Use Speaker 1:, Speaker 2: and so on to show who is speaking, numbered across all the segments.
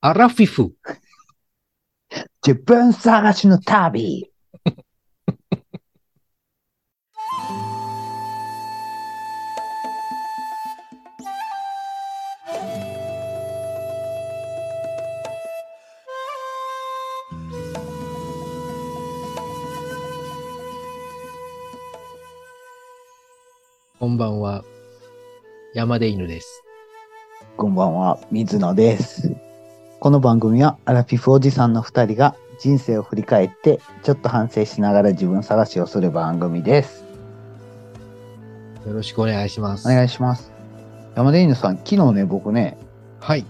Speaker 1: アラフィフ。
Speaker 2: 自分探しの旅。
Speaker 1: こんばんは。山で犬です。
Speaker 2: こんばんは、水野です。この番組はアラフィフおじさんの二人が人生を振り返って、ちょっと反省しながら自分探しをする番組です。
Speaker 1: よろしくお願いします。
Speaker 2: お願いします。山田犬さん、昨日ね、僕ね、
Speaker 1: はい。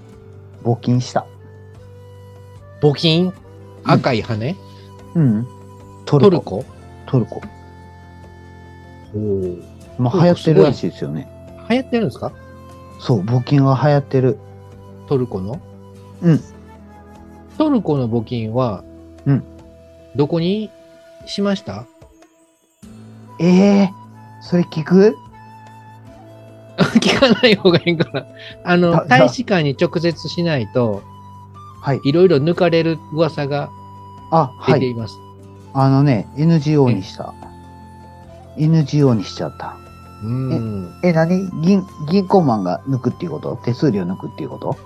Speaker 2: 募金した。
Speaker 1: 募金、赤い羽、
Speaker 2: うん。ト
Speaker 1: ト
Speaker 2: ル
Speaker 1: ル
Speaker 2: コ。
Speaker 1: コ
Speaker 2: トルコ。
Speaker 1: おー
Speaker 2: ま
Speaker 1: トル
Speaker 2: あ、
Speaker 1: コ
Speaker 2: 流行ってるらしいですよね。
Speaker 1: 流行ってるんですか
Speaker 2: そう、募金は流行ってる。
Speaker 1: トルコの
Speaker 2: うん。
Speaker 1: トルコの募金は、
Speaker 2: うん。
Speaker 1: どこにしました
Speaker 2: ええそれ聞く
Speaker 1: 聞かない方がいいかな。あの、
Speaker 2: あじゃあ
Speaker 1: 大使館に直接しないと、
Speaker 2: はい。
Speaker 1: いろいろ抜かれる噂が
Speaker 2: あ、
Speaker 1: 出
Speaker 2: は
Speaker 1: て
Speaker 2: い。
Speaker 1: います。
Speaker 2: あのね、NGO にした。NGO にしちゃった。
Speaker 1: うん。
Speaker 2: え、何銀、銀行マンが抜くっていうこと手数料抜くっていうこと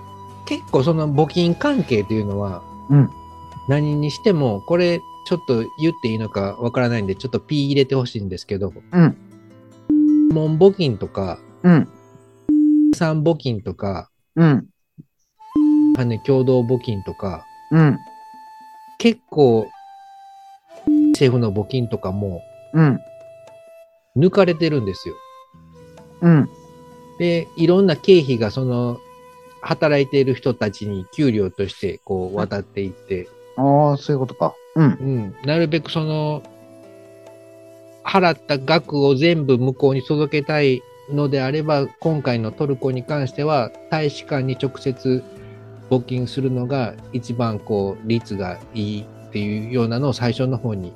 Speaker 1: 結構その募金関係というのは、
Speaker 2: うん。
Speaker 1: 何にしても、これ、ちょっと言っていいのかわからないんで、ちょっと P 入れてほしいんですけど、
Speaker 2: うん。
Speaker 1: もん募金とか、
Speaker 2: うん。
Speaker 1: 産募金とか、
Speaker 2: うん。
Speaker 1: ね、共同募金とか、
Speaker 2: うん。
Speaker 1: 結構、政府の募金とかも
Speaker 2: うん。
Speaker 1: 抜かれてるんですよ。
Speaker 2: うん。
Speaker 1: で、いろんな経費がその、働いている人たちに給料としてこう渡っていって、
Speaker 2: ああ、そういうことか。うん。
Speaker 1: うん、なるべくその、払った額を全部向こうに届けたいのであれば、今回のトルコに関しては、大使館に直接募金するのが一番こう、率がいいっていうようなのを最初の方に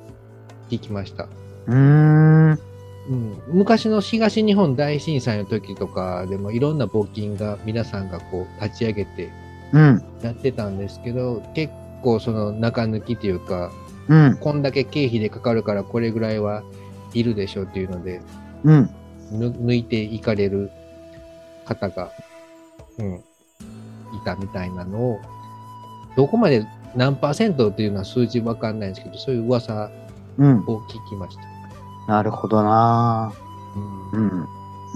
Speaker 1: 聞きました。
Speaker 2: うーん。
Speaker 1: うん、昔の東日本大震災の時とかでもいろんな募金が皆さんがこう立ち上げて
Speaker 2: うん。
Speaker 1: やってたんですけど結構その中抜きというか
Speaker 2: うん。
Speaker 1: こんだけ経費でかかるからこれぐらいはいるでしょうっていうので
Speaker 2: うん。
Speaker 1: ぬ抜いていかれる方が、うん、いたみたいなのをどこまで何パーセントっていうのは数字わかんないんですけどそういう噂
Speaker 2: うん。
Speaker 1: を聞きました。
Speaker 2: なるほどな
Speaker 1: うん
Speaker 2: ー。うん。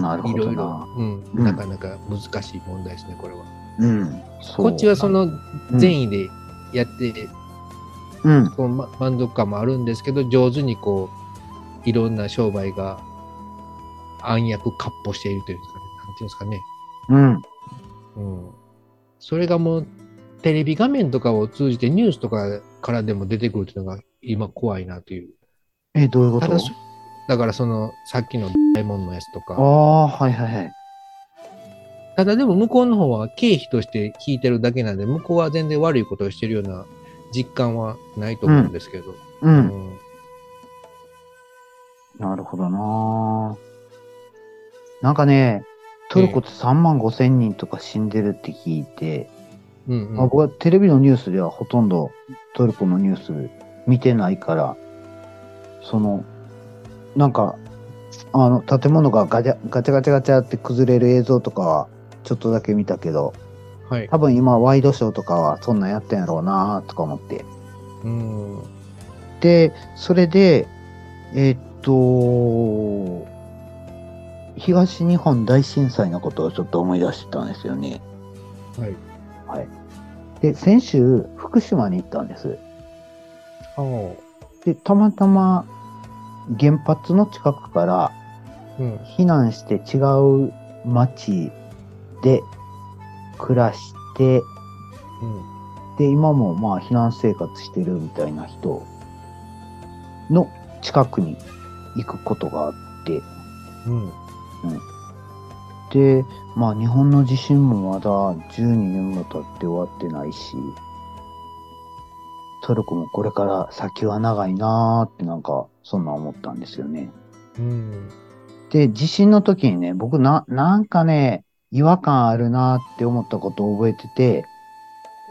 Speaker 2: なるほ
Speaker 1: いろ
Speaker 2: ど
Speaker 1: い
Speaker 2: な
Speaker 1: ろ、うん、
Speaker 2: うん
Speaker 1: なかなか難しい問題ですね、これは。
Speaker 2: ー。うん。そ
Speaker 1: こっちはそ、の
Speaker 2: 員。
Speaker 1: 善意でやって、
Speaker 2: うん。
Speaker 1: このま満足感もあるんですけど、上手にこう、いろんな商売が暗躍、割歩しているというんですかね、なんていうんですかね。
Speaker 2: うん。
Speaker 1: うん。それがもう、テレビ画面とかを通じてニュースとかからでも出てくるっていうのが今怖いなという。
Speaker 2: え、どういうこ
Speaker 1: た
Speaker 2: と
Speaker 1: だ、そだからその、さっきの大門のやつと
Speaker 2: あ
Speaker 1: か。
Speaker 2: あ、はいはいはい。
Speaker 1: ただでも向こうの方は経費として聞いてるだけなんで、向こうは全然悪いことをしてるような実感はないと思うんですけど。
Speaker 2: う。
Speaker 1: うんん。
Speaker 2: なるほどなー。なんかね、トルコって3万5千人とか死んでるって聞いて、
Speaker 1: うん、うん
Speaker 2: まあ、僕はテレビのニュースではほとんどトルコのニュース見てないから、その、なんか、あの、建物がガチャガチャガチャガチャって崩れる映像とかはちょっとだけ見たけど、
Speaker 1: はい。
Speaker 2: 多分今ワイドショーとかはそんなんやってんやろうなとか思って。
Speaker 1: うん。
Speaker 2: で、それで、えーっと、東日本大震災のことをちょっと思い出してたんですよね。
Speaker 1: はい。
Speaker 2: はい。で、先週、福島に行ったんです。
Speaker 1: は
Speaker 2: で、たまたま原発の近くから
Speaker 1: あ。うん。
Speaker 2: 避難して違う町で暮らして、
Speaker 1: うん。
Speaker 2: で、今もまあ避難生活してるみたいな人の近くに行くことがあって、
Speaker 1: うん。
Speaker 2: で、まあ日本の地震もまだ12年も経って終わってないし、トルコもこれから先は長いなーってなんかそんな思ったんですよね。
Speaker 1: うん。
Speaker 2: で、地震の時にね、僕な、なんかね、違和感あるなって思ったことを覚えてて、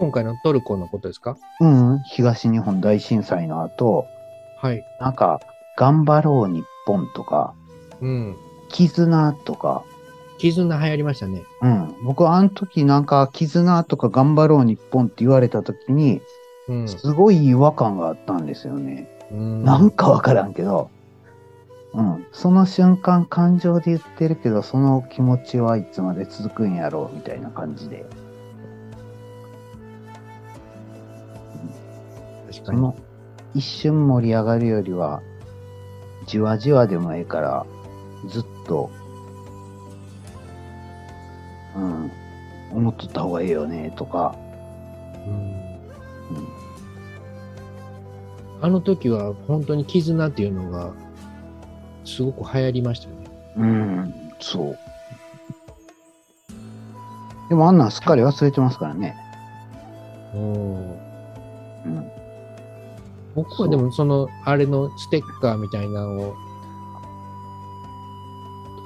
Speaker 1: 今回のトルコのことですか
Speaker 2: うんうん、東日本大震災の後、
Speaker 1: はい。
Speaker 2: なんか、頑張ろう日本とか、
Speaker 1: うん。
Speaker 2: 絆とか、
Speaker 1: 絆流行りましたね。
Speaker 2: うん、僕はあの時なんか、絆とか頑張ろう日本って言われた時に、
Speaker 1: うん。
Speaker 2: すごい違和感があったんですよね。
Speaker 1: うん
Speaker 2: なんかわからんけど、うん、その瞬間感情で言ってるけど、その気持ちはいつまで続くんやろうみたいな感じで、
Speaker 1: 確
Speaker 2: そ
Speaker 1: かに。
Speaker 2: の一瞬盛り上がるよりは、じわじわでもええから、ずっと、うん、思っとった方がいいよね、とか、
Speaker 1: うん
Speaker 2: うん
Speaker 1: あの時は本当に絆っていうのがすごく流行りましたよね。
Speaker 2: うん、そう。でもあんなんすっかり忘れてますからね。
Speaker 1: うん
Speaker 2: うん。
Speaker 1: 僕はでもそのあれのステッカーみたいなのを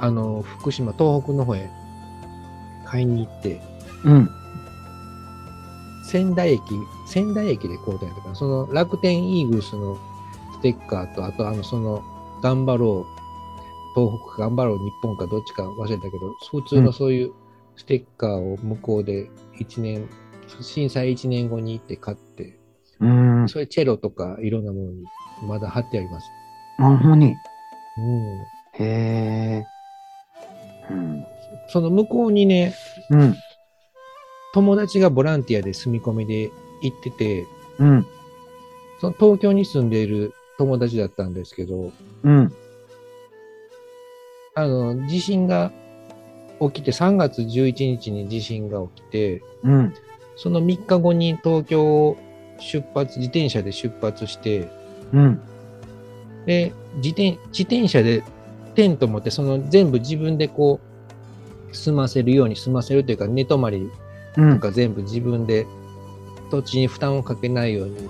Speaker 1: あの福島東北の方へ買いに行って
Speaker 2: うん。
Speaker 1: 仙台駅仙台駅で交代とかなその楽天イーグルスのステッカーとあとあのその頑張ろう東北か頑張ろう日本かどっちか忘れたけど普通
Speaker 2: う
Speaker 1: の
Speaker 2: ん
Speaker 1: そういうステッカーを向こうで1年震災1年後に行って買って
Speaker 2: うん。
Speaker 1: それチェロとかいろんなものにまだ貼ってあります。
Speaker 2: あ、ほんまに。
Speaker 1: うん、
Speaker 2: へえ。うん。
Speaker 1: その向こうにね、
Speaker 2: うん。
Speaker 1: 友達がボランティアで住み込みで行ってて、
Speaker 2: うん。
Speaker 1: その東京に住んでいる友達だったんですけど、
Speaker 2: うん。
Speaker 1: あの、地震が起きて、3月11日に地震が起きて、
Speaker 2: うん。
Speaker 1: その3日後に東京を出発、自転車で出発して、
Speaker 2: うん。
Speaker 1: で、自転、自転車でテント持って、その全部自分でこう、済ませるように済ませるというか、寝泊まり
Speaker 2: う
Speaker 1: なん
Speaker 2: ん。
Speaker 1: か全部自分で土地に負担をかけないように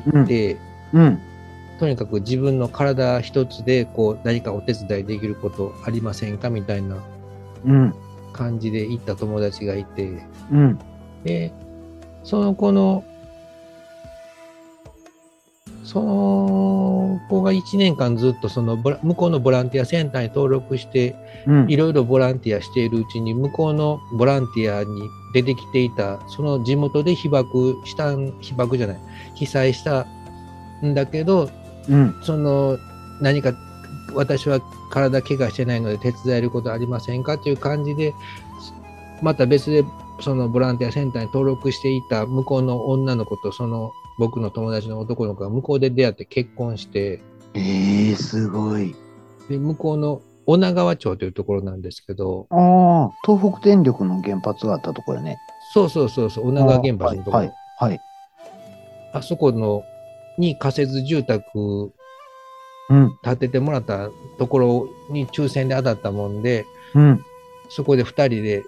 Speaker 1: 行って、
Speaker 2: うん。
Speaker 1: とにかく自分の体一つでこう何かお手伝いできることありませんかみたいな
Speaker 2: うん。
Speaker 1: 感じで行った友達がいて、
Speaker 2: うん。
Speaker 1: で、その子の、その子が1年間ずっとそのボラ向こうのボランティアセンターに登録して
Speaker 2: うん
Speaker 1: い。ろいろボランティアしているうちに、向こうのボランティアに出てきていた、その地元で被爆したん、被爆じゃない、被災したんだけど、
Speaker 2: うん。
Speaker 1: その何か私は体怪我してないので手伝えることありませんかという感じで、また別でそのボランティアセンターに登録していた向こうの女の子とその僕の友達の男の子が向こうで出会って結婚して、
Speaker 2: ええ、すごい。
Speaker 1: で向こうの女川町というところなんですけど、
Speaker 2: ああ、東北電力の原発があったところね。
Speaker 1: そうそうそうそう、女川原発のところ、
Speaker 2: はい。はい。
Speaker 1: あそこのに仮設住宅
Speaker 2: うん。
Speaker 1: 建ててもらったところに抽選で当たったもんで、
Speaker 2: うん。
Speaker 1: そこで2人で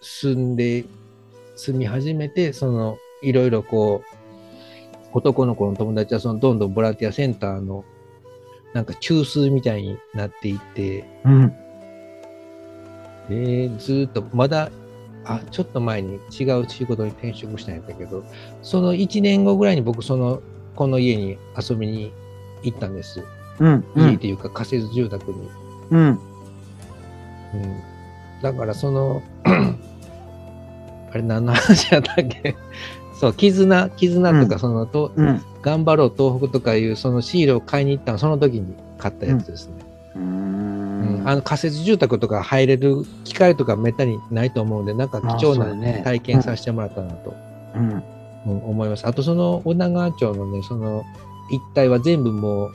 Speaker 1: 住んで、住み始めて、その、いろいろこう、男の子の友達はそのどんどんボランティアセンターのなんか中枢みたいになっていって、
Speaker 2: うん。
Speaker 1: で、ずーっと、まだ、あ、ちょっと前に違う仕事に転職したんやったけど、その1年後ぐらいに僕、その、この家に遊びに行ったんです。
Speaker 2: うん。う
Speaker 1: 家っ
Speaker 2: ん。
Speaker 1: ていうか仮設住宅に。
Speaker 2: うん。
Speaker 1: うん。だから、その、 あれ、何の話やったっけ そう、絆、絆と
Speaker 2: う
Speaker 1: か、その、と
Speaker 2: うん。
Speaker 1: 頑張ろう東北とかいう、そのシールを買いに行ったの、その時に買ったやつですね。
Speaker 2: う
Speaker 1: うん
Speaker 2: ん。
Speaker 1: あの仮設住宅とか入れる機会とかめったにないと思うんで、なんか貴重
Speaker 2: まあそうだ
Speaker 1: な
Speaker 2: ね
Speaker 1: 体験させてもらったなと
Speaker 2: うん。
Speaker 1: うん思います。あとその女川町のね、その一帯は全部もう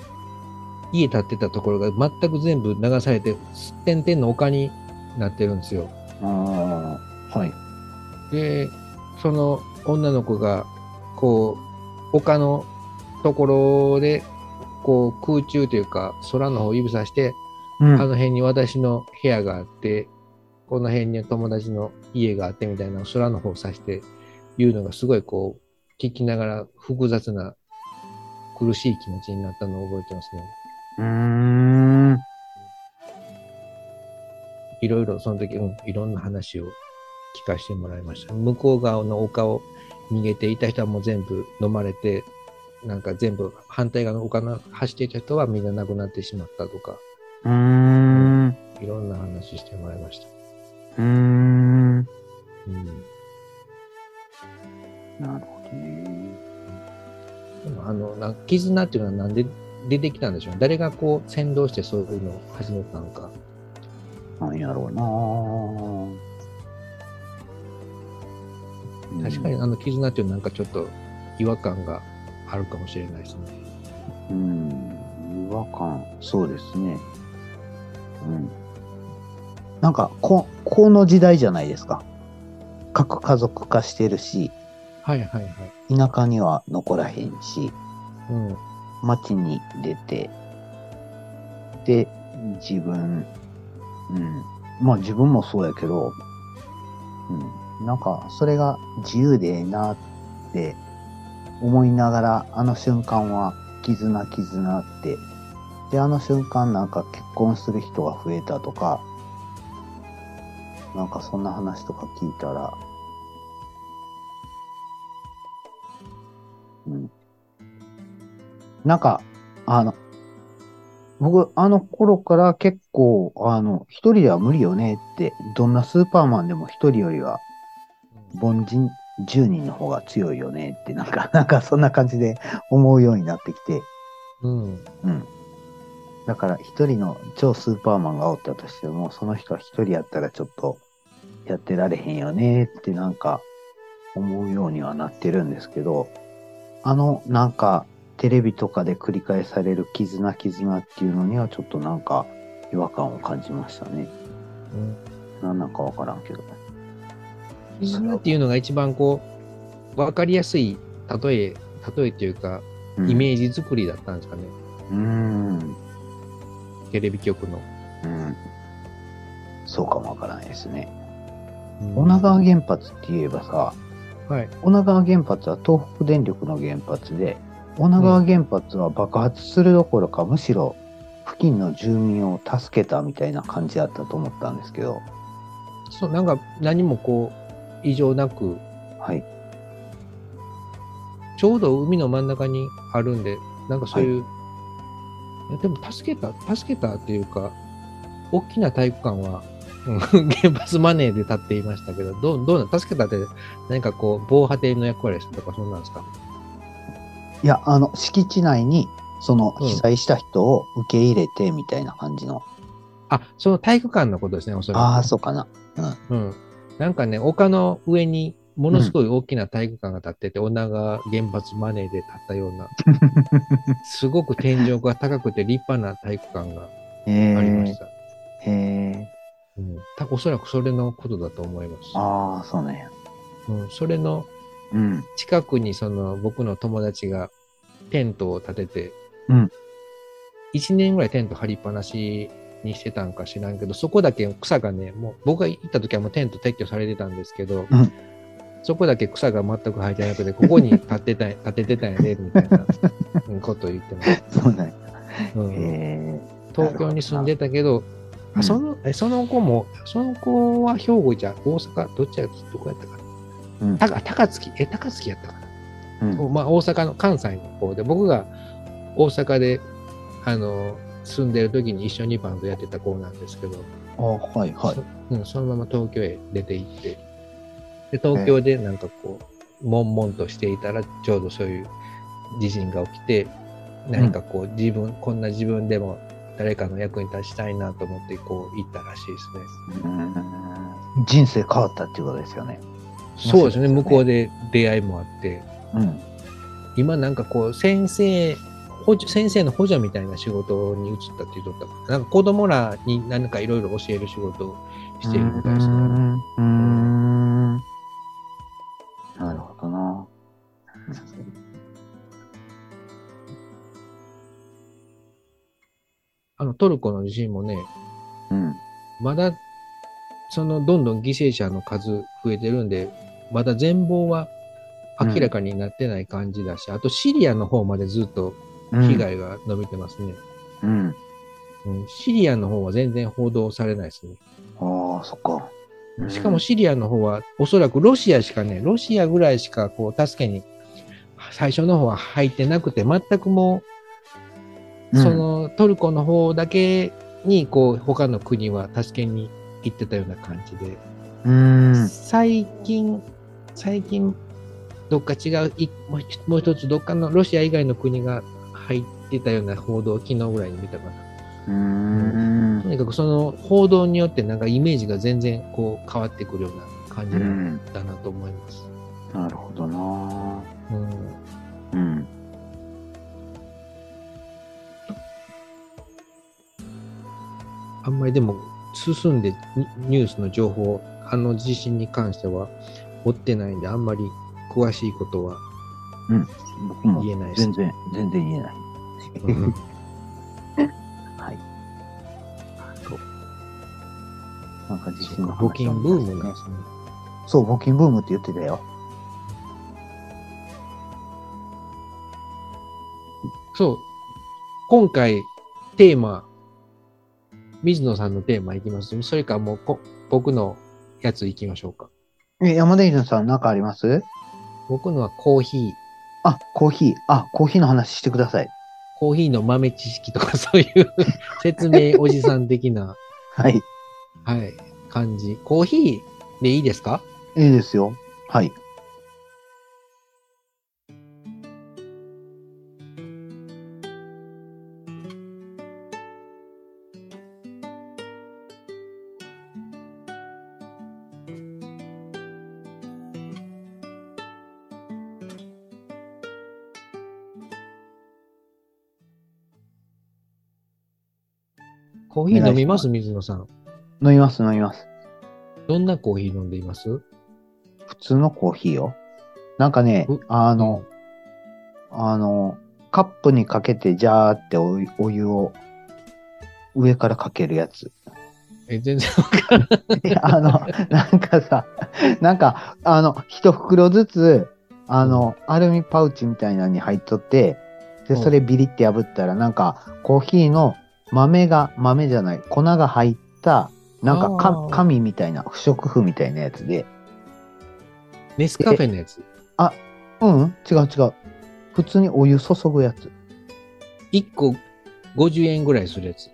Speaker 1: 家建ってたところが全く全部流されて、すってんてんの丘になってるんですよ。
Speaker 2: ああ、はい。
Speaker 1: で、その女の子が、こう、丘のところで、こう空中というか空の方を指さして、
Speaker 2: うん
Speaker 1: あの辺に私の部屋があって、この辺に友達の家があってみたいなのを空の方を指して言うのがすごいこう聞きながら複雑な苦しい気持ちになったのを覚えてますね。
Speaker 2: うーん。
Speaker 1: いろいろその時、うん、いろんな話を聞かせてもらいました。向こう側の丘を逃げていた人はもう全部飲まれて、なんか全部反対側の丘の走っていた人はみんな亡くなってしまったとか、
Speaker 2: うーん。う
Speaker 1: いろんな話してもらいました。
Speaker 2: ーん。な
Speaker 1: うん
Speaker 2: るほどね。
Speaker 1: でもあのな絆っていうのはなんで出てきたんでしょうね誰がこう先導してそういうのを始めたのか。
Speaker 2: なんやろうな。
Speaker 1: 確かにあの絆っていうのはなんかちょっと違和感があるかもしれないですね。
Speaker 2: うん、違和感、そうですね。うん。なんか、こ、この時代じゃないですか。各家族化してるし、
Speaker 1: はいはいはい。
Speaker 2: 田舎には残らへんし、
Speaker 1: うん。
Speaker 2: 街に出て、で、自分、うん。まあ自分もそうやけど、うん。なんか、それが自由でええなって思いながら、あの瞬間は、絆絆って。で、あの瞬間なんか結婚する人が増えたとか、なんかそんな話とか聞いたら、うん。なんか、あの、僕、あの頃から結構、あの、一人では無理よねって、どんなスーパーマンでも一人よりは、凡人10人の方が強いよねって、なんか、なんかそんな感じで思うようになってきて、
Speaker 1: うん。
Speaker 2: うん。だから、一人の超スーパーマンがおったとしても、その人は一人やったらちょっと、やってられへんよねってなんか、思うようにはなってるんですけど、あの、なんか、テレビとかで繰り返される絆絆っていうのにはちょっとなんか、違和感を感じましたね。
Speaker 1: うん
Speaker 2: なんなんかわからんけど。
Speaker 1: 絆っていうのが一番こう、わかりやすい例え、例えというか、イ
Speaker 2: ージ。
Speaker 1: メージ作りだったんですかね。
Speaker 2: うーん。
Speaker 1: テレビ局の。
Speaker 2: うん。そうかもわからないですね。
Speaker 1: うん
Speaker 2: 女川原発って言えばさ、
Speaker 1: はい。
Speaker 2: 女川原発は東北電力の原発で、女川原発は爆発するどころか、むしろ付近の住民を助けたみたいな感じだったと思ったんですけど、
Speaker 1: そう、なんか何もこう、異常なく、
Speaker 2: はい。
Speaker 1: ちょうど海の真ん中にあるんで、なんかそういう、いやでも助けた、助けたっていうか、大きな体育館は、うん 原発マネーで立っていましたけど、どう、どうなん、助けたって何かこう、防波堤の役割をしたとか、そんなんですか
Speaker 2: いや、あの、敷地内に、その
Speaker 1: うん
Speaker 2: 被災した人を受け入れてみたいな感じの、
Speaker 1: あ、その体育館のことですね、おそらく。
Speaker 2: ああ、そうかな。
Speaker 1: うん。なんかね、丘の上に、ものすごい大きな体育館が建ってて、女が原発マネーで建ったような、すごく天井が高くて立派な体育館が
Speaker 2: へ
Speaker 1: ありまし
Speaker 2: え
Speaker 1: た。
Speaker 2: へえ
Speaker 1: うん、たおそらくそれのことだと思います。
Speaker 2: ああ、そうなんや。
Speaker 1: うん、それの
Speaker 2: うん。
Speaker 1: 近くにその僕の友達がテントを建てて、
Speaker 2: うん
Speaker 1: 1年ぐらいテント張りっぱなしにしてたんか知らんけど、そこだけ草がね、もう僕が行った時はもうテント撤去されてたんですけど、
Speaker 2: うん
Speaker 1: そこだけ草が全く生えてなくて、ここに立ってたん 立ててたんやで、みたい なうんことを言ってました。
Speaker 2: そうなんや。
Speaker 1: うん
Speaker 2: へえ
Speaker 1: 東京に住んでたけど、
Speaker 2: うん
Speaker 1: あそのえその子も、その子は兵庫じゃ、大阪、どっちや、どこやったか
Speaker 2: うん
Speaker 1: な。たか高槻、え、高槻やったかな。
Speaker 2: うん
Speaker 1: まあ、大阪の、関西の方で、僕が大阪で、あの、住んでる時に一緒にバンドやってた子なんですけど、
Speaker 2: あはいはい。
Speaker 1: そうん、そのまま東京へ出て行って、で東京でなんかこう、悶々としていたら、ちょうどそういう地震が起きて、何かこう、自分、こんな自分でも誰かの役に立ちたいなと思って、こう、行ったらしいですね。
Speaker 2: うん人生変わったっていうことですよね。
Speaker 1: そうですね、
Speaker 2: 面
Speaker 1: 向
Speaker 2: 白
Speaker 1: こ
Speaker 2: いう
Speaker 1: で出会いもあって、
Speaker 2: うん。
Speaker 1: 今なんかこう、先生、補助先生の補助みたいな仕事に移ったって言っとったかな。なんか子供らに何かいろいろ教える仕事をしているみたいですね。
Speaker 2: うんうーん。なるほどな。
Speaker 1: あの、トルコの地震もね、
Speaker 2: うん。
Speaker 1: まだ、その、どんどん犠牲者の数増えてるんで、まだ全貌は明らかになってない感じだし、あとシリアの方までずっと
Speaker 2: うん
Speaker 1: 被。害が伸びてますね。
Speaker 2: うん。
Speaker 1: うんシリアの方は全然報道されないですね。
Speaker 2: ああ、そっか。
Speaker 1: しかもシリアの方は、おそらくロシアしかね、ロシアぐらいしかこう、助けに、最初の方は入ってなくて、全くもう、そのトルコの方だけに、こう、他の国は助けに行ってたような感じで、
Speaker 2: うん、うん、
Speaker 1: 最近、最近、どっか違う、いもう一もう一つ、どっかのロシア以外の国が入ってたような報道を昨日ぐらいに見たかな。
Speaker 2: うん
Speaker 1: とにかくその報道によってなんかイメージが全然こう変わってくるような感じ
Speaker 2: う
Speaker 1: なん
Speaker 2: ん、
Speaker 1: だなと思います。
Speaker 2: なるほどな。
Speaker 1: うん
Speaker 2: うん。
Speaker 1: あんまりでも進んでニニュースの情報、あの地震に関しては追ってないんであんまり詳しいことは
Speaker 2: 僕も
Speaker 1: 言えないです
Speaker 2: 全然、全然言えない。
Speaker 1: うん
Speaker 2: はい。なんか地震の話
Speaker 1: 募金ブームが、
Speaker 2: そう、募金ブームって言ってたよ。
Speaker 1: そう、今回テーマ、水野さんのテーマいきますそれかもうこ僕のやついきましょうか。
Speaker 2: え、山田犬さん、なんかあります
Speaker 1: 僕のはコーヒー。
Speaker 2: あ、コーヒー。あ、コーヒーの話してください。
Speaker 1: コーヒーの豆知識とかそういう 説明おじさん的な、
Speaker 2: はい。い
Speaker 1: はい、感じ。コーヒーでいいですか
Speaker 2: いですよ。はい。
Speaker 1: コーヒー飲みま
Speaker 2: お
Speaker 1: す水野さん。
Speaker 2: 飲みます、飲みます。
Speaker 1: どんなコーヒー飲んでいます
Speaker 2: 普通のコーヒーよ。なんかね
Speaker 1: う、
Speaker 2: あの、あの、カップにかけてジャーってお湯お湯を上からかけるやつ。
Speaker 1: え、全然 わからない。
Speaker 2: であの、なんかさ、なんか、あの、一袋ずつ、あの、アルミパウチみたいなのに入っとって、で、それビリって破ったら、なんか、コーヒーの豆が、豆じゃない、粉が入った、なんか
Speaker 1: あ
Speaker 2: か
Speaker 1: ー、
Speaker 2: 紙みたいな、不織布みたいなやつで、
Speaker 1: ネスカフェのやつ。
Speaker 2: うん、違う違う。普通にお湯注ぐやつ。
Speaker 1: 1個50円ぐらいするやつ。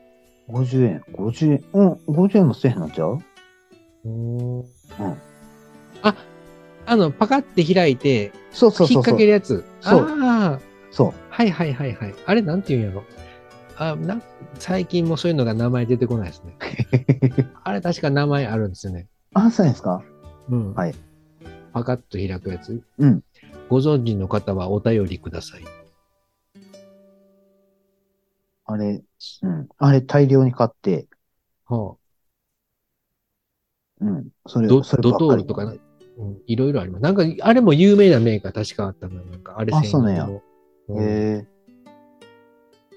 Speaker 2: 50円、50円、うん、50円もせえへんのちゃう
Speaker 1: うん
Speaker 2: うん
Speaker 1: あ、あの、パカって開いて、
Speaker 2: そうそう
Speaker 1: 引
Speaker 2: そ
Speaker 1: っ
Speaker 2: うそ
Speaker 1: 掛ける
Speaker 2: う。
Speaker 1: やつ。
Speaker 2: そう
Speaker 1: ああ、
Speaker 2: そう。
Speaker 1: はいはいはいはい。あれなんて言うんやろあな最近もそういうのが名前出てこないですね。あれ確か名前あるんですよね。
Speaker 2: あ、そうなんですか
Speaker 1: うん。
Speaker 2: はい。
Speaker 1: パカッと開くやつ。
Speaker 2: うん。
Speaker 1: ご存知の方はお便りください。
Speaker 2: あれ、うん。あれ大量に買って、
Speaker 1: は
Speaker 2: うん。それ、
Speaker 1: あ、ド
Speaker 2: それ
Speaker 1: ド
Speaker 2: ばっかり
Speaker 1: トールとかな、うん、いろいろあります。なんか、あれも有名なメーカー確かあったな。なんか、あれ
Speaker 2: あそうなんや
Speaker 1: 専用のうん
Speaker 2: へえ。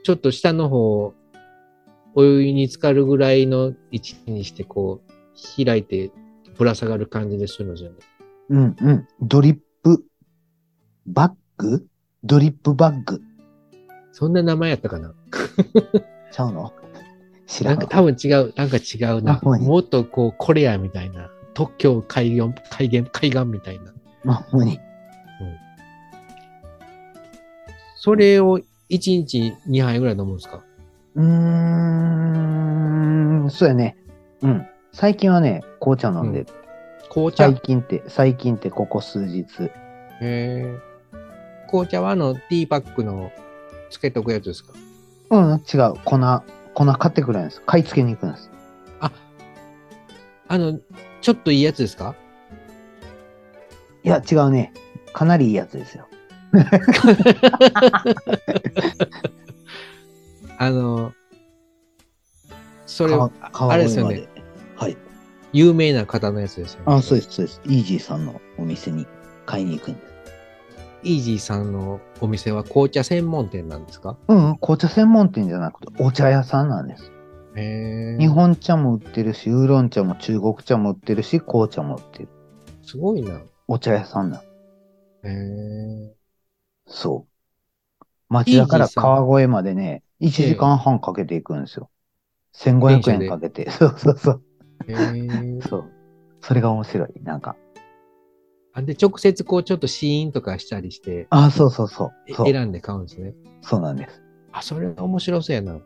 Speaker 1: ちょっと下の方、お湯に浸かるぐらいの位置にして、こう、開いてぶら下がる感じでするのじゃない。
Speaker 2: うんうん。ドリップ、バッグドリップバッグ。
Speaker 1: そんな名前やったかな
Speaker 2: ちゃうの知ら
Speaker 1: なんか
Speaker 2: ん
Speaker 1: 多分違う、なんか違うな。
Speaker 2: あほんまに
Speaker 1: もっとこう、これやみたいな。特許海岸、海岸、海岸みたいな。
Speaker 2: まあ、ほんまに。
Speaker 1: それを1日2杯ぐらい飲むんですか
Speaker 2: うーん、そうやね。うん。最近はね、紅茶飲んでる。
Speaker 1: 紅茶、
Speaker 2: 最近って、最近ってここ数日。
Speaker 1: へー紅茶はあの、ティーパックのつけとくやつですか
Speaker 2: うん、違う。粉、粉買ってくるんです。買い付けに行くんです。
Speaker 1: あ、あの、ちょっといいやつですか
Speaker 2: いや、違うね。かなりいいやつですよ。
Speaker 1: あの、そ
Speaker 2: こ
Speaker 1: れ、あれですよね。
Speaker 2: はい。
Speaker 1: 有名な方のやつですよね。。
Speaker 2: あ、そうですす、そうです。イージーさんのお店に買いに行くんです。
Speaker 1: イージーさんのお店は紅茶専門店なんですか
Speaker 2: うんうん、紅茶専門店じゃなくて、お茶屋さんなんです。
Speaker 1: へー
Speaker 2: 日本茶も売ってるし、ウーロン茶も中国茶も売ってるし、紅茶も売ってる。
Speaker 1: すごいな。
Speaker 2: お茶屋さんなん
Speaker 1: へー
Speaker 2: そう。町田から川越までね、1時間半かけて行くんですよ。
Speaker 1: 電車
Speaker 2: 1500
Speaker 1: で
Speaker 2: 円かけて。そうそうそう。
Speaker 1: へー
Speaker 2: そう。それが面白い。なんか。
Speaker 1: あで、直接こう、ちょっとシーンとかしたりして、
Speaker 2: あ、そうそうそう。
Speaker 1: え
Speaker 2: そう
Speaker 1: 選んで買うんですね。
Speaker 2: そうなんです。
Speaker 1: あ、それは面白そうやな。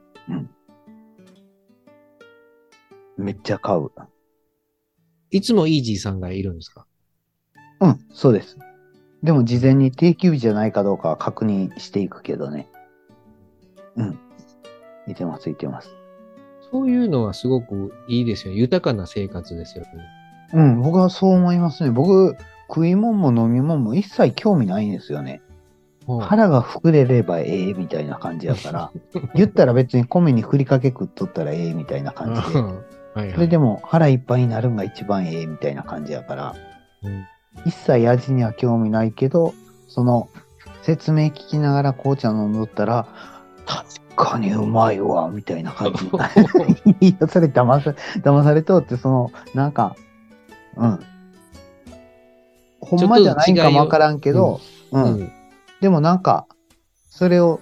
Speaker 2: めっちゃ買う。
Speaker 1: いつもイージーさんがいるんですか
Speaker 2: うん、そうです。でも事前に定休日じゃないかどうかは確認していくけどね。うん。いてます、いてます。
Speaker 1: そういうのはすごくいいですよ。豊かな生活ですよね。
Speaker 2: うん、僕はそう思いますね。僕、食い物も飲み物も一切興味ないんですよね。
Speaker 1: はい
Speaker 2: 腹が膨れればええみたいな感じ やから、言ったら別に米にふりかけ食っとったらええみたいな感じ
Speaker 1: う
Speaker 2: で。
Speaker 1: んはい
Speaker 2: そ
Speaker 1: は
Speaker 2: れ
Speaker 1: い。
Speaker 2: でも腹いっぱいになるんが一番ええみたいな感じやから、
Speaker 1: うん
Speaker 2: 一切味には興味ないけど、その説明聞きながら紅茶飲んどったら、確かにうまいわ、みたいな感じ。いや、それ騙さ、騙されとうって、その、なんか、うん。ほんまじゃないんかもわからんけど、う、
Speaker 1: うんん
Speaker 2: でもなんか、それを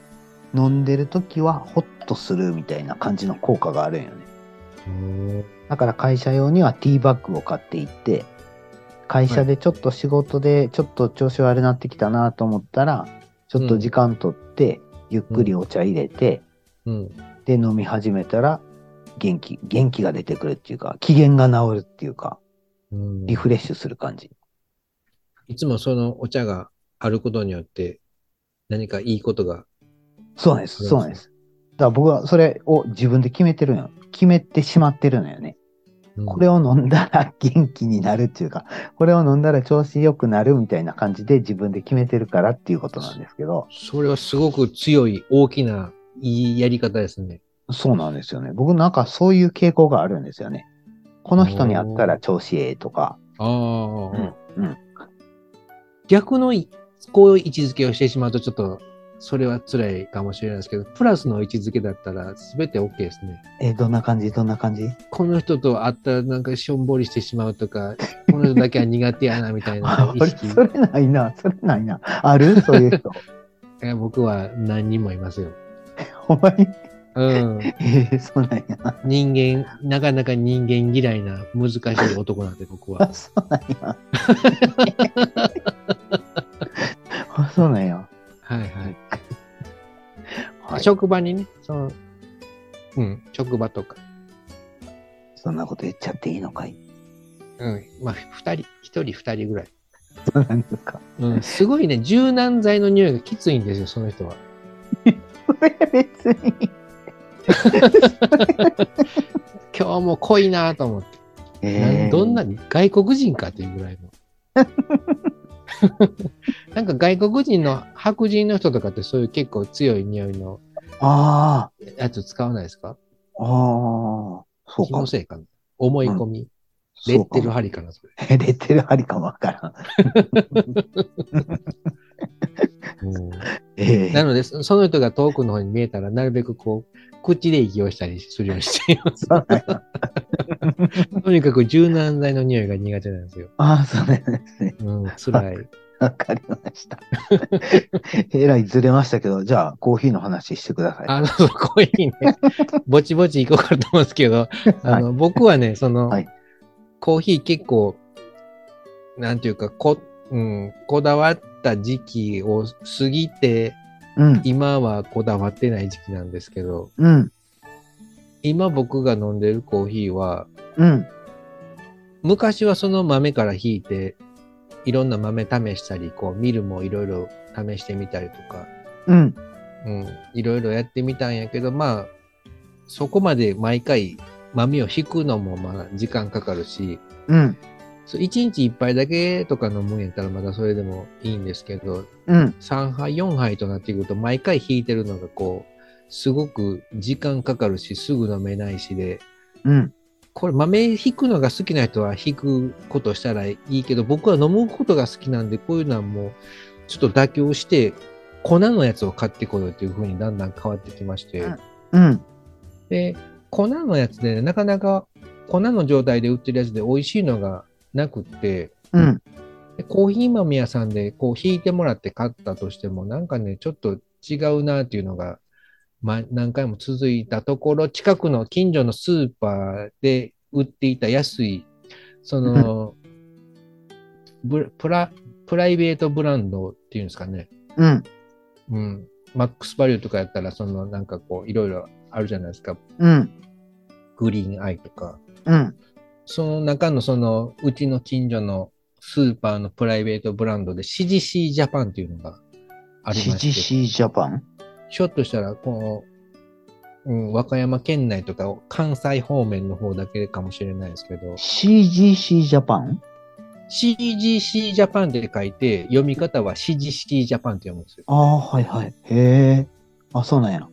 Speaker 2: 飲んでるときはホッとするみたいな感じの効果があるんよね。
Speaker 1: うん
Speaker 2: だから会社用にはティーバッグを買っていって、会社でちょっと仕事でちょっと調子悪くなってきたなと思ったら、ちょっと時間取って、ゆっくりお茶入れて、
Speaker 1: うん。
Speaker 2: で飲み始めたら、元気、元気が出てくるっていうか、機嫌が治るっていうか、
Speaker 1: うん
Speaker 2: リフレッシュする感じ。
Speaker 1: いつもそのお茶があることによって何かいいことが。
Speaker 2: そうなんです、そうなんです。だから僕はそれを自分で決めてるのよ。決めてしまってるのよね。これ
Speaker 1: を
Speaker 2: を飲んだら元気になるっていうか、これを飲んだら調子良くなるみたいな感じで自分で決めてるからっていうことなんですけど、
Speaker 1: それはすごく強い大きないいやり方ですね。
Speaker 2: そうなんですよね。僕なんかそういう傾向があるんですよね。この人に会ったら調子ええとか、
Speaker 1: ああ、
Speaker 2: うんうん
Speaker 1: 逆のいこういう位置づけをしてしまうとちょっとそれは辛いかもしれないですけど、プラスの位置づけだったら全て OK ですね。
Speaker 2: えどんな感じどんな感じ
Speaker 1: この人と会ったらなんかしょんぼりしてしまうとか、この人だけは苦手やなみたい な意
Speaker 2: 俺
Speaker 1: 識
Speaker 2: それないな、それないな。あるそうい う人。
Speaker 1: が僕は何人もいますよ。
Speaker 2: ほんまに
Speaker 1: うん。
Speaker 2: えー、そうなんや。
Speaker 1: 人間、なかなか人間嫌いな難しい男なんで、僕は
Speaker 2: あ、。そうなんや。あ、そうなんや。
Speaker 1: はいはい。
Speaker 2: はい、
Speaker 1: 職場にね、その、うん、職場とか、
Speaker 2: そんなこと言っちゃっていいのかい
Speaker 1: うん、まあ、二人、一人二人ぐらい。
Speaker 2: そうなんですか。
Speaker 1: うん、すごいね、柔軟剤の匂いがきついんですよ、その人は。
Speaker 2: それ別に。
Speaker 1: 今日も濃いなと思って、なんどんなに外国人かっていうぐらい の。なんか外国人の白人の人とかってそういう結構強い匂いの
Speaker 2: あ
Speaker 1: やつ使わないですか
Speaker 2: あ、ああ、そう
Speaker 1: 気の
Speaker 2: か。
Speaker 1: せいかな。思い込み。レ
Speaker 2: そ
Speaker 1: ッ
Speaker 2: うか
Speaker 1: テル。ハリかな、それ。
Speaker 2: レッテルハリか もわからん。ええ
Speaker 1: なので、そその人が遠くの方に見えたら、なるべくこう、口で息をしたりするようにしてい ます。
Speaker 2: そうなんや
Speaker 1: とにかく柔軟剤の匂いが苦手なんですよ。
Speaker 2: ああ、そうなんですね。
Speaker 1: うん、辛い。
Speaker 2: わかりました。 えらいずれましたけど、じゃあコーヒーの話してください。
Speaker 1: あの、 そこいいね。 ぼちぼち行こうかと思うんですけど、あの、僕はね、その、
Speaker 2: はい
Speaker 1: コーヒー結構、なんていうか、こ、うん、こだわった時期を過ぎて、
Speaker 2: うん、
Speaker 1: 今はこだわってない時期なんですけど、
Speaker 2: うん、
Speaker 1: 今僕が飲んでるコーヒーは、
Speaker 2: うん。
Speaker 1: 昔はその豆から引いて、いろんな豆試したり、こう、ミルもいろいろ試してみたりとか、
Speaker 2: うん、
Speaker 1: うん、いろいろやってみたんやけど、まあ、そこまで毎回豆を引くのもまあ時間かかるし、
Speaker 2: うん、
Speaker 1: そう1日1杯だけとか飲むんやったらまだそれでもいいんですけど、
Speaker 2: うん。
Speaker 1: 3杯、4杯となってくると毎回引いてるのがこう、すごく時間かかるし、すぐ飲めないしで、
Speaker 2: うん、
Speaker 1: これ豆引くのが好きな人は引くことしたらいいけど、僕は飲むことが好きなんで、こういうのはもう、ちょっと妥協して、粉のやつを買ってこようっていう風にだんだん変わってきまして、
Speaker 2: うんうん、
Speaker 1: で、粉のやつで、ね、なかなか粉の状態で売ってるやつで美味しいのがなくって、
Speaker 2: うん、
Speaker 1: でコーヒー豆屋さんでこう引いてもらって買ったとしても、なんかね、ちょっと違うなっていうのが、ま、何回も続いたところ、近くの近所のスーパーで売っていた安いその、ブプラ、プライベートブランドっていうんですかね。
Speaker 2: うん。
Speaker 1: うん。マックスバリューとかやったら、そのなんかこう、いろいろあるじゃないですか。
Speaker 2: うん。
Speaker 1: グリーンアイとか。
Speaker 2: うん。
Speaker 1: その中のその、うちの近所のスーパーのプライベートブランドで CGC ジャパンっていうのがありまして。
Speaker 2: CGC ジャパン
Speaker 1: ひょっとしたら、この、うん、和歌山県内とか関西方面の方だけかもしれないですけど、
Speaker 2: ?CGC ジャパン
Speaker 1: CGC ジャパンで書いて、読み方は CGC ジャパンって読むんですよ。
Speaker 2: ああ、はいはい。へえ。あ、そうなんや。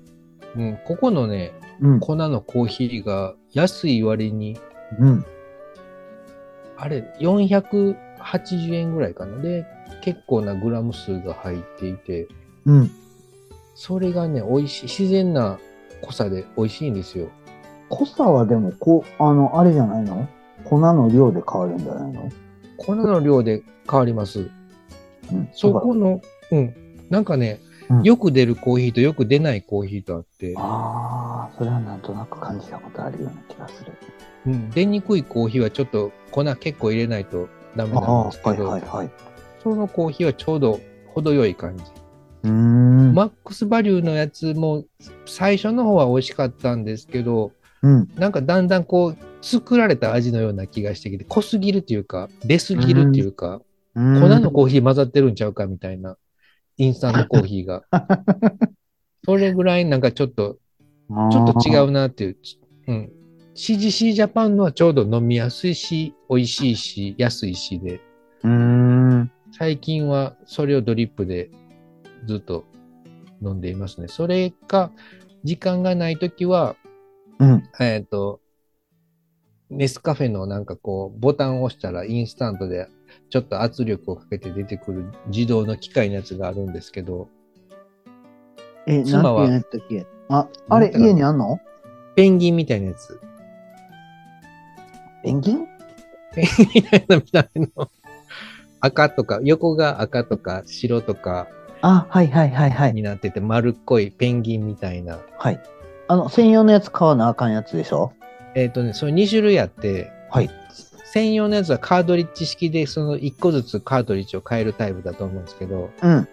Speaker 1: うん、ここのね、
Speaker 2: うん。
Speaker 1: 粉のコーヒーが安い割に、
Speaker 2: うん。
Speaker 1: あれ、480円ぐらいかな。で、結構なグラム数が入っていて、
Speaker 2: うん。
Speaker 1: それがね、美味しい、自然な濃さで美味しいんですよ。
Speaker 2: 濃さはでも、こう、あの、あれじゃないの粉の量で変わるんじゃないの
Speaker 1: 粉の量で変わります。
Speaker 2: うん。
Speaker 1: そこの、うん、なんかね、
Speaker 2: うん
Speaker 1: よく出るコーヒーとよく出ないコーヒーとあって、
Speaker 2: ああ、それはなんとなく感じたことあるような気がする。
Speaker 1: うん、出にくいコーヒーはちょっと粉結構入れないとダメ
Speaker 2: あ
Speaker 1: な
Speaker 2: あ、
Speaker 1: ん
Speaker 2: は
Speaker 1: ですけ
Speaker 2: い
Speaker 1: ど、
Speaker 2: はいはい。
Speaker 1: そのコーヒーはちょうど程よい感じ。
Speaker 2: うーん。
Speaker 1: マックスバリューのやつも最初の方は美味しかったんですけど、
Speaker 2: うん。
Speaker 1: なんかだんだんこう作られた味のような気がしてきて、濃すぎるというか、出すぎるというか、
Speaker 2: 粉
Speaker 1: 粉のコーヒー混ざってるんちゃうかみたいな、インスタントコーヒーが。それぐらいなんかちょっとちょっと違
Speaker 2: う。
Speaker 1: うなっていう。うん。CGC ジャパンのはちょうど飲みやすいし、美味しいし、安いしで、
Speaker 2: うーん。
Speaker 1: 最近はそれをドリップでずっと飲んでいますね。それか、時間がないときは、
Speaker 2: うん。
Speaker 1: えっ、と、ネスカフェのなんかこう、ボタンを押したらインスタントでちょっと圧力をかけて出てくる自動の機械のやつがあるんですけど、
Speaker 2: え、
Speaker 1: 妻
Speaker 2: なん
Speaker 1: は
Speaker 2: て言うんやったっけあ、あれ
Speaker 1: なん、ていうの
Speaker 2: 家にあんの
Speaker 1: ペンギンみたいなやつ。
Speaker 2: ペンギン
Speaker 1: みたいな見た目の。赤とか、横が赤とか白とか
Speaker 2: あ、はいはいはいはい。
Speaker 1: になってて丸っこいペンギンみたいな。
Speaker 2: はい。あの、専用のやつ買わなあかんやつでしょ
Speaker 1: えっ、とね、それ2種類あって、
Speaker 2: はい
Speaker 1: 専用のやつはカートリッジ式で、その1個ずつカートリッジを変えるタイプだと思うんですけど、
Speaker 2: うん。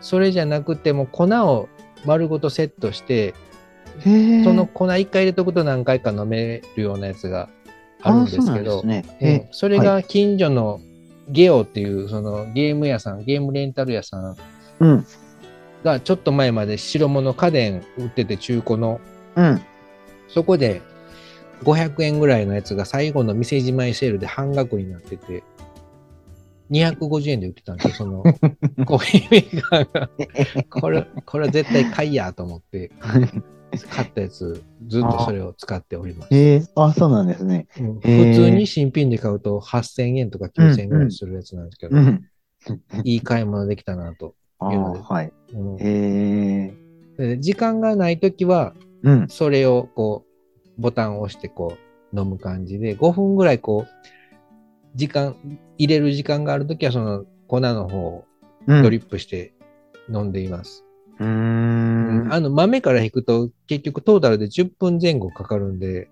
Speaker 1: それじゃなくてもう粉を丸ごとセットして、
Speaker 2: へえ。
Speaker 1: その粉1回入れとくと何回か飲めるようなやつがあるんですけ
Speaker 2: あ
Speaker 1: ど
Speaker 2: そう、なんです
Speaker 1: う
Speaker 2: ね。
Speaker 1: んそれが近所のゲオっていうそのゲーム屋さん、ゲームレンタル屋さん
Speaker 2: えうん。
Speaker 1: がちょっと前まで白物家電売ってて中古の
Speaker 2: うん。
Speaker 1: そこで500円ぐらいのやつが最後の店じまいセールで半額になってて250円で売ってたんですよそ のコーヒーメーカーがこれこれは絶対買いやと思 って買ったやつずっとそれを使っております、
Speaker 2: へえ。あ、そうなんですね。
Speaker 1: うん
Speaker 2: へー
Speaker 1: 普通に新品で買うと8000円とか9000円ぐらいするやつなんですけど、
Speaker 2: うん。
Speaker 1: いい買い物できたなと、
Speaker 2: あ
Speaker 1: いう
Speaker 2: あ、
Speaker 1: ので
Speaker 2: はい。
Speaker 1: うん
Speaker 2: へえ。
Speaker 1: で時間がないときは
Speaker 2: うん。
Speaker 1: それをこう、ボタンを押してこう、飲む感じで、5分ぐらいこう、時間、入れる時間があるときは、その粉の方を
Speaker 2: うん。
Speaker 1: ド
Speaker 2: う
Speaker 1: リップして飲んでいます。
Speaker 2: ーん。
Speaker 1: あの、豆から引くと、結局トータルで10分前後かかるんで、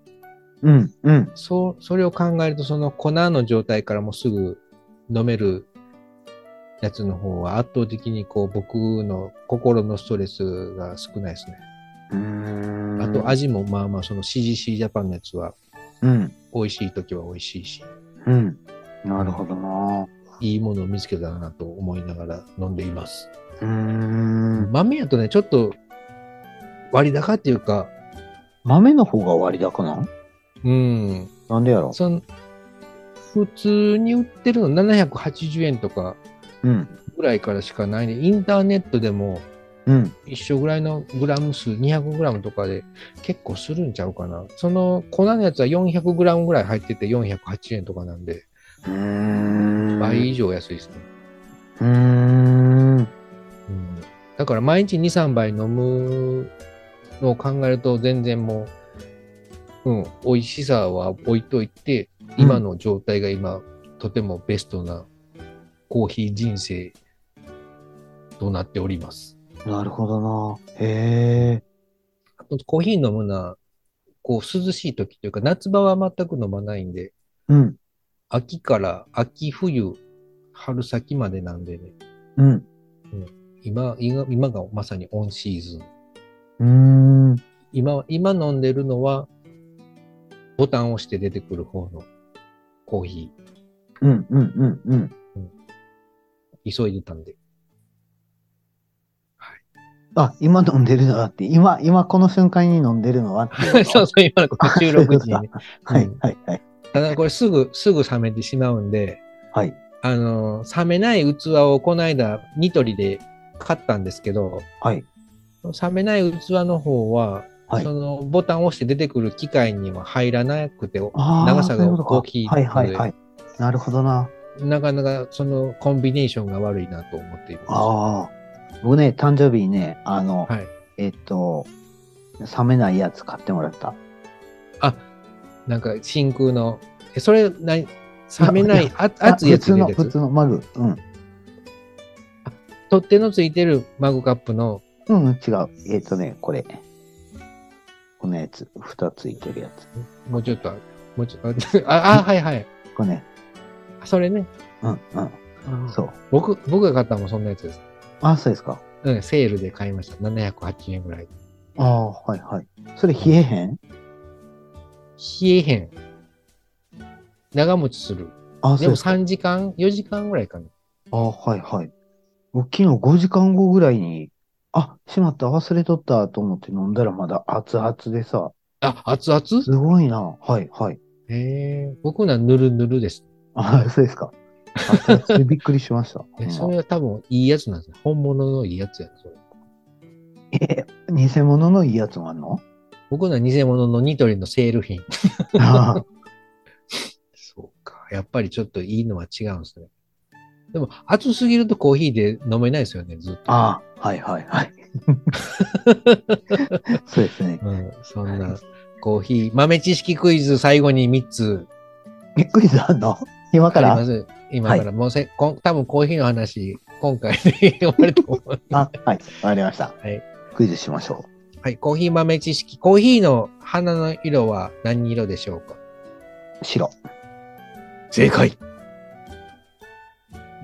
Speaker 2: うん。うん。
Speaker 1: そう、それを考えると、その粉の状態からもうすぐ飲めるやつの方は圧倒的にこう、僕の心のストレスが少ないですね。
Speaker 2: うーん
Speaker 1: あと、味もまあまあ、その CGC ジャパンのやつは、
Speaker 2: うん。
Speaker 1: 美味しい時は美味しいし、
Speaker 2: うん。なるほどな。
Speaker 1: いいものを見つけたなと思いながら飲んでいます。
Speaker 2: うーん。
Speaker 1: 豆やとね、ちょっと割高っていうか、
Speaker 2: 豆の方が割高なん
Speaker 1: うん、
Speaker 2: なんでやろ
Speaker 1: その普通に売ってるの780円とか
Speaker 2: うん。
Speaker 1: ぐらいからしかないね。インターネットでも
Speaker 2: うん。
Speaker 1: 一緒ぐらいのグラム数、200グラムとかで結構するんちゃうかな。その粉のやつは400グラムぐらい入ってて408円とかなんで、
Speaker 2: うーん。
Speaker 1: 倍以上安いですね。
Speaker 2: うーん。
Speaker 1: うんだから毎日2、3杯飲むのを考えると全然もう、うん、美味しさは置いといて、今の状態が今、とてもベストなコーヒー人生となっております。
Speaker 2: なるほどな。へえ。
Speaker 1: あとコーヒー飲むのは、こう涼しい時というか、夏場は全く飲まないんで、
Speaker 2: うん。
Speaker 1: 秋から秋冬、春先までなんでね、
Speaker 2: うん。
Speaker 1: 今、今今がまさにオンシーズン。
Speaker 2: うーん。
Speaker 1: 今、今飲んでるのは、ボタンを押して出てくる方のコーヒ
Speaker 2: うん、うん、うん、うん。
Speaker 1: ー、急いでたんで。
Speaker 2: あ、今飲んでるのはって、今、今この瞬間に飲んでるのはってい
Speaker 1: そう
Speaker 2: う
Speaker 1: そう
Speaker 2: の。、
Speaker 1: 今のこの収録時にね。
Speaker 2: はい、はい、はい。
Speaker 1: ただこれすぐ、すぐ冷めてしまうんで、
Speaker 2: はい。
Speaker 1: あの、冷めない器をこの間、ニトリで買ったんですけど、
Speaker 2: はい。
Speaker 1: 冷めない器の方は、
Speaker 2: はい
Speaker 1: そのボタンを押して出てくる機械には入らなくて、
Speaker 2: あー
Speaker 1: 長さが
Speaker 2: そういうこと
Speaker 1: 大
Speaker 2: か
Speaker 1: きいの
Speaker 2: は
Speaker 1: で、
Speaker 2: い、はい、はい。なるほどな。
Speaker 1: なかなかそのコンビネーションが悪いなと思っています。は
Speaker 2: ああ。僕ね、誕生日にね、あの、
Speaker 1: い。
Speaker 2: えっと、冷めないやつ買ってもらった。
Speaker 1: なんか真空の、えそれ、な冷めない、あ熱いやつ
Speaker 2: あ
Speaker 1: 入れるや
Speaker 2: 普通の、普
Speaker 1: つ
Speaker 2: 通のマグ。うん。
Speaker 1: 取っ手のついてるマグカップの、
Speaker 2: うん、違う。えっ、とね、これ。このやつ。蓋ついてるやつ。
Speaker 1: もうちょっと、もうちょっと、あ、あ、 はいはい。
Speaker 2: これね。
Speaker 1: それね。
Speaker 2: うん、うん。そう。
Speaker 1: 僕、僕が買ったのもそんなやつです。
Speaker 2: あ、そうですか。
Speaker 1: うん、セールで買いました。708円ぐらい。
Speaker 2: ああ、はいはい。それ冷えへん
Speaker 1: 冷えへん。長持ちする。
Speaker 2: あ
Speaker 1: で
Speaker 2: そう
Speaker 1: も
Speaker 2: ですか。
Speaker 1: 3時間、4時間ぐらいかな。
Speaker 2: あはいはい。僕昨日5時間後ぐらいに、あ、しまった、忘れとったと思って飲んだらまだ熱々でさ、
Speaker 1: あ、熱々
Speaker 2: すごいな。はいはい。
Speaker 1: へえ僕のはぬるぬるです。
Speaker 2: あそうですか。熱々でびっくりしま した。
Speaker 1: え
Speaker 2: ほんま
Speaker 1: それは多分いいやつなんですね。本物のいいやつやな、それ。
Speaker 2: え、偽物のいいやつもあんの
Speaker 1: 僕のは偽物のニトリのセール品。
Speaker 2: あー
Speaker 1: そうか。やっぱりちょっといいのは違うんですね。でも、熱すぎるとコーヒーで飲めないですよね、ずっと。
Speaker 2: あー、はいはいはい。 そうですね。
Speaker 1: うん、そんな、コーヒー、豆知識クイズ最後に3つ。
Speaker 2: びっくりするの今か
Speaker 1: ありま
Speaker 2: ら
Speaker 1: す今から、もうせ、こん多分コーヒーの話、今回で終わると思う。
Speaker 2: あ、はい、わかりました。
Speaker 1: い
Speaker 2: クイズしましょ
Speaker 1: はい、コーヒー豆知識。コーヒーの花の色は何色でしょうか
Speaker 2: う。白。
Speaker 1: 正解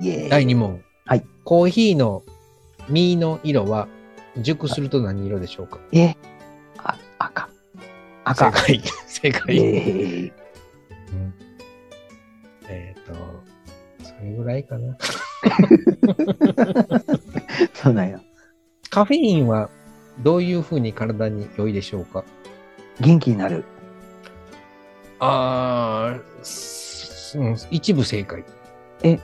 Speaker 2: イエー
Speaker 1: 第
Speaker 2: イ。
Speaker 1: 2問。
Speaker 2: はい。
Speaker 1: コーヒーの実の色は熟すると何色でしょうか
Speaker 2: え、あ、赤。
Speaker 1: 正
Speaker 2: 赤。
Speaker 1: 解。正
Speaker 2: イ
Speaker 1: 解。
Speaker 2: エー
Speaker 1: う
Speaker 2: イ。
Speaker 1: んえっ、と、それぐらいかな。
Speaker 2: そうなんや。
Speaker 1: カフェインはどういうふうに体に良いでしょうか
Speaker 2: 元気になる。
Speaker 1: ああ、うん、一部正解。
Speaker 2: え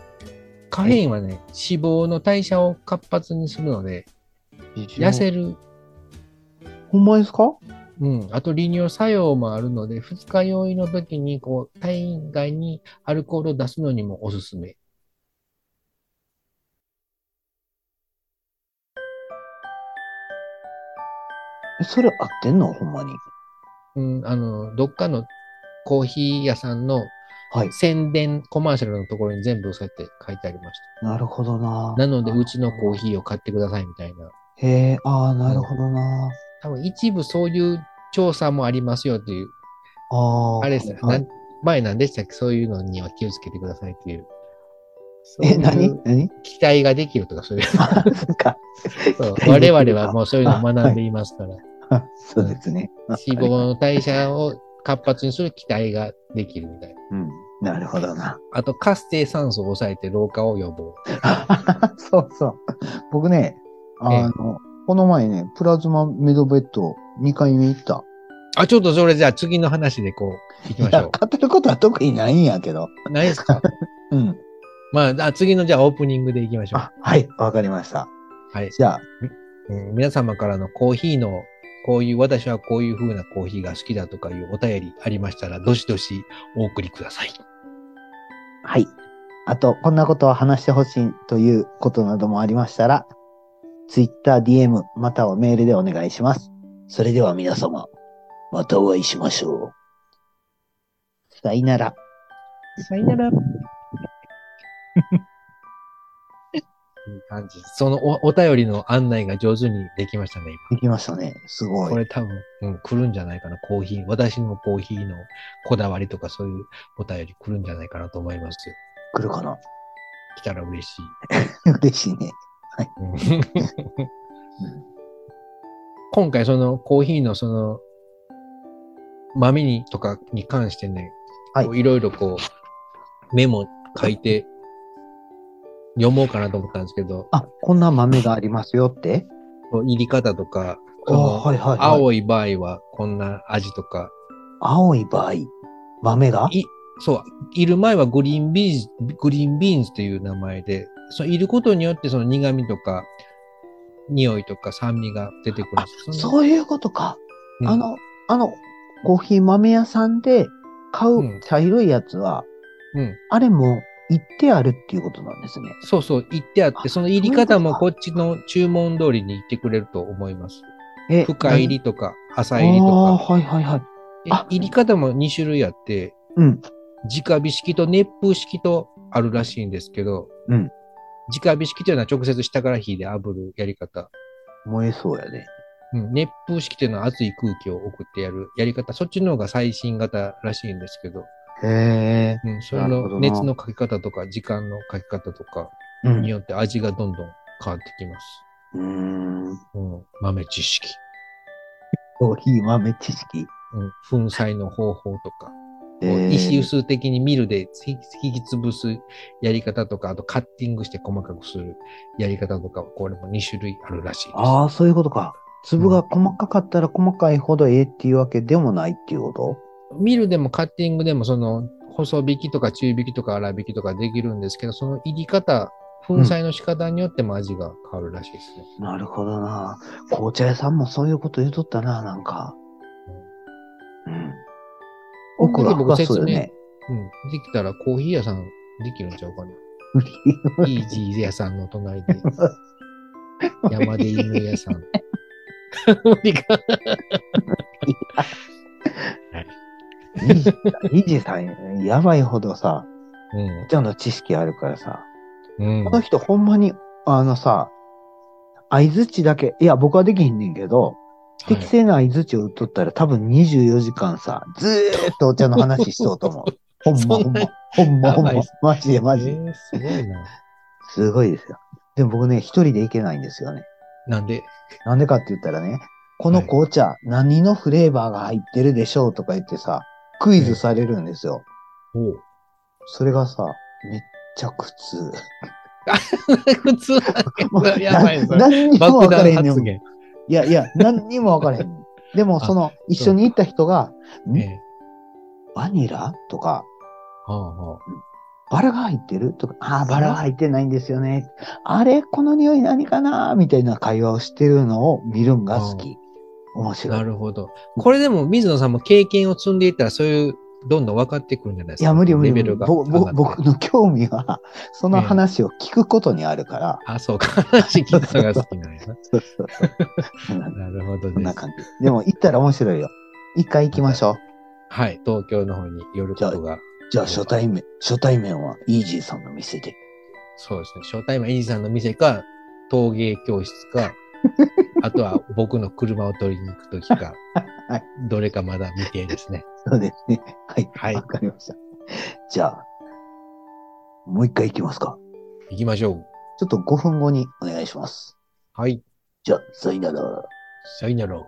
Speaker 1: カフェインはね、脂肪の代謝を活発にするので、痩せる。
Speaker 2: ほんまですか
Speaker 1: うん。あと、利尿作用もあるので、二日酔いの時に、こう、体外にアルコールを出すのにもおすすめ。
Speaker 2: それ合ってんのほんまに。
Speaker 1: うん、あの、どっかのコーヒー屋さんの
Speaker 2: はい。
Speaker 1: 宣伝コマーシャルのところに全部そうやって書いてありまし
Speaker 2: なるほどな
Speaker 1: た。。なので、うちのコーヒーを買ってくださいみたいな。
Speaker 2: へえ、ああ、なるほどな。
Speaker 1: 多分一部そういう調査もありますよっていう。
Speaker 2: あ
Speaker 1: あ
Speaker 2: あ。
Speaker 1: れですね、
Speaker 2: はい
Speaker 1: なん前なんでしたっけそういうのには気をつけてくださいっていう。そうい
Speaker 2: え、
Speaker 1: う
Speaker 2: 何何
Speaker 1: 期待ができるとかそういう。
Speaker 2: あ、そっか。
Speaker 1: そう
Speaker 2: 期待でき
Speaker 1: 我
Speaker 2: るか
Speaker 1: 々はもうそういうのを学んでいますから、
Speaker 2: あそうですね。
Speaker 1: 脂肪の代謝を活発にする期待ができるみたいな。
Speaker 2: うん。なるほどな。
Speaker 1: あと、活性酸素を抑えて老化を予防。
Speaker 2: そうそう。僕ね、
Speaker 1: ええ
Speaker 2: あの、この前ね、プラズマメドベッド2回目行った。
Speaker 1: あ、ちょっとそれじゃあ次の話でこう、行きま
Speaker 2: い
Speaker 1: し
Speaker 2: や、
Speaker 1: ょ
Speaker 2: 語ることは特にないんやけど。
Speaker 1: う。ないですか
Speaker 2: うん。
Speaker 1: まああ、次のじゃあオープニングで行きましょう。
Speaker 2: あ、はい、わかりました。
Speaker 1: はい、
Speaker 2: じゃあ、
Speaker 1: うん皆様からのコーヒーの、こういう、私はこういう風なコーヒーが好きだとかいうお便りありましたら、どしどしお送りください。
Speaker 2: はい。あと、こんなことを話してほしいということなどもありましたら、Twitter、DM、またはメールでお願いします。それでは皆様、またお会いしましょう。さよ なら。
Speaker 1: さよなら。いい感じ。そのおお便りの案内が上手にできましたね、
Speaker 2: できましたね。す
Speaker 1: 今。
Speaker 2: ご
Speaker 1: こ
Speaker 2: い。
Speaker 1: れ多分、うん、来るんじゃないかな、コーヒー。私のコーヒーのこだわりとかそういうお便り来るんじゃないかなと思います。
Speaker 2: 来るかな
Speaker 1: 来たら嬉しい。
Speaker 2: 嬉しいね。
Speaker 1: 今回そのコーヒーのその豆にとかに関してね、
Speaker 2: はい
Speaker 1: こういろいろこうメモ書いて読もうかなと思ったんですけど、
Speaker 2: あ、こんな豆がありますよって
Speaker 1: こう入り方とか、
Speaker 2: あ
Speaker 1: その
Speaker 2: はいはい、はい。
Speaker 1: 青い場合はこんな味とか、
Speaker 2: 青い場合、豆が
Speaker 1: いそう、いる前はグリーンビーンズ、グリーンビーンズという名前で、そういることによってその苦味とか、匂いとか酸味が出てくるん
Speaker 2: あ
Speaker 1: です。、う
Speaker 2: そういうことか。
Speaker 1: ん
Speaker 2: あの、あの、コーヒー豆屋さんで買
Speaker 1: うん
Speaker 2: う茶色いやつは、
Speaker 1: うん、
Speaker 2: あれも行ってあるっていうことなんですね。
Speaker 1: そうそう、言ってあっ
Speaker 2: あ
Speaker 1: て、その入り方も
Speaker 2: そ
Speaker 1: こっちの注文通りに言ってくれると思います。
Speaker 2: え
Speaker 1: 深入
Speaker 2: り
Speaker 1: りとか、浅入りとか。
Speaker 2: はいはいはい。
Speaker 1: え
Speaker 2: あ
Speaker 1: 入り方も2種類あって、
Speaker 2: うん。
Speaker 1: 直火式と熱風式とあるらしいんですけど、
Speaker 2: うん
Speaker 1: 直火式というのは直接下から火で炙るやり方。
Speaker 2: 燃えそうやね。
Speaker 1: うん、熱風式というのは熱い空気を送ってやるやり方。そっちの方が最新型らしいんですけど、
Speaker 2: へえ。
Speaker 1: うん、それ
Speaker 2: なるほど
Speaker 1: の
Speaker 2: な
Speaker 1: 熱のかけ方とか、時間のかけ方とか
Speaker 2: う
Speaker 1: に
Speaker 2: ん。
Speaker 1: よって味がどんどん変わってきます。
Speaker 2: うん。
Speaker 1: うん、豆知識。
Speaker 2: コーヒー豆知識。
Speaker 1: うん、粉砕の方法とか、
Speaker 2: へー
Speaker 1: 石臼的にミルで引き潰すやり方とか、あとカッティングして細かくするやり方とか、これも2種類あるらしいです。
Speaker 2: ああ、そういうことか。粒が細かかったら細かいほどええっていうわけでもないっていうこと
Speaker 1: ミルでもカッティングでも、その、細引きとか中引きとか粗引きとかできるんですけど、その入り方、粉砕の仕方によっても味が変わるらしいですね。
Speaker 2: なるほどな。紅茶屋さんもそういうこと言うとったな、なんか。うん。奥が深そうよね。
Speaker 1: うん。できたらコーヒー屋さんできるんちゃ うかな。イージー屋さんの隣で、 山 で犬屋さん。無理か
Speaker 2: イジさん、やばいほどさ、
Speaker 1: うん。
Speaker 2: ちゃんと知識あるからさ。
Speaker 1: うん
Speaker 2: この人ほんまに、あのさ、相づちだけ、いや、僕はできひんねんけど、適正な相づちを打っとったら、多分24時間さ、ずーっとお茶の話しそう と思う。ほんまほんま。ほんまほんま
Speaker 1: やばいっす。
Speaker 2: マジでマジ
Speaker 1: え
Speaker 2: で。
Speaker 1: ーすごいな。
Speaker 2: すごいですよ。でも僕ね、一人で行けないんですよね。
Speaker 1: なんで、
Speaker 2: なんでかって言ったらね、この紅茶、何のフレーバーが入ってるでしょうとか言ってさ、クイズされるんですよ。
Speaker 1: お う
Speaker 2: それがさ、めっちゃ苦痛。
Speaker 1: 普通だけど、 やばい、それ。
Speaker 2: 何にも
Speaker 1: 爆
Speaker 2: 分かれ
Speaker 1: 弾
Speaker 2: へんね
Speaker 1: 発
Speaker 2: ん。い
Speaker 1: 言。
Speaker 2: やいや、何にも分かれへ ん。でも、その、一緒に行った人が、
Speaker 1: え
Speaker 2: ん
Speaker 1: え
Speaker 2: バニラとか、
Speaker 1: はあは
Speaker 2: バラが入ってるとか、ああ、バラが入ってないんですよね。あれこの匂い何かなみたいな会話をしてるのを見るんが好き。面
Speaker 1: あ、
Speaker 2: 白。
Speaker 1: ないるほど。これでも、水野さんも経験を積んでいったら、そういう、どんどん分かってくるんじゃないです
Speaker 2: い
Speaker 1: か。
Speaker 2: や、無理無理無
Speaker 1: レベ
Speaker 2: 理。
Speaker 1: ルが
Speaker 2: ぼ
Speaker 1: 上がっ
Speaker 2: ぼ
Speaker 1: て
Speaker 2: 僕の興味は、 その話を聞くことにあるから。
Speaker 1: あ、そうか。話聞くのが好きなんやな。
Speaker 2: そうそうそう。うん
Speaker 1: なるほど
Speaker 2: こん
Speaker 1: で
Speaker 2: な
Speaker 1: す。
Speaker 2: 感じ。でも行ったら面白いよ。一回行きましょう。
Speaker 1: はい。東京の方に寄ることが。
Speaker 2: じゃあ初対面、初対面はイージーさんの店で。
Speaker 1: そうですね。初対面、イジさんの店か、陶芸教室 か、あとは僕の車を取りに行くときか
Speaker 2: はい、
Speaker 1: どれかまだ未定ですね。
Speaker 2: そうですね。はい。
Speaker 1: はい
Speaker 2: わかりました。じゃあ、もう一回行きますか。
Speaker 1: 行きましょう。
Speaker 2: ちょっと5分後にお願いします。
Speaker 1: はい。
Speaker 2: じゃあ、さよなら。
Speaker 1: さよなら。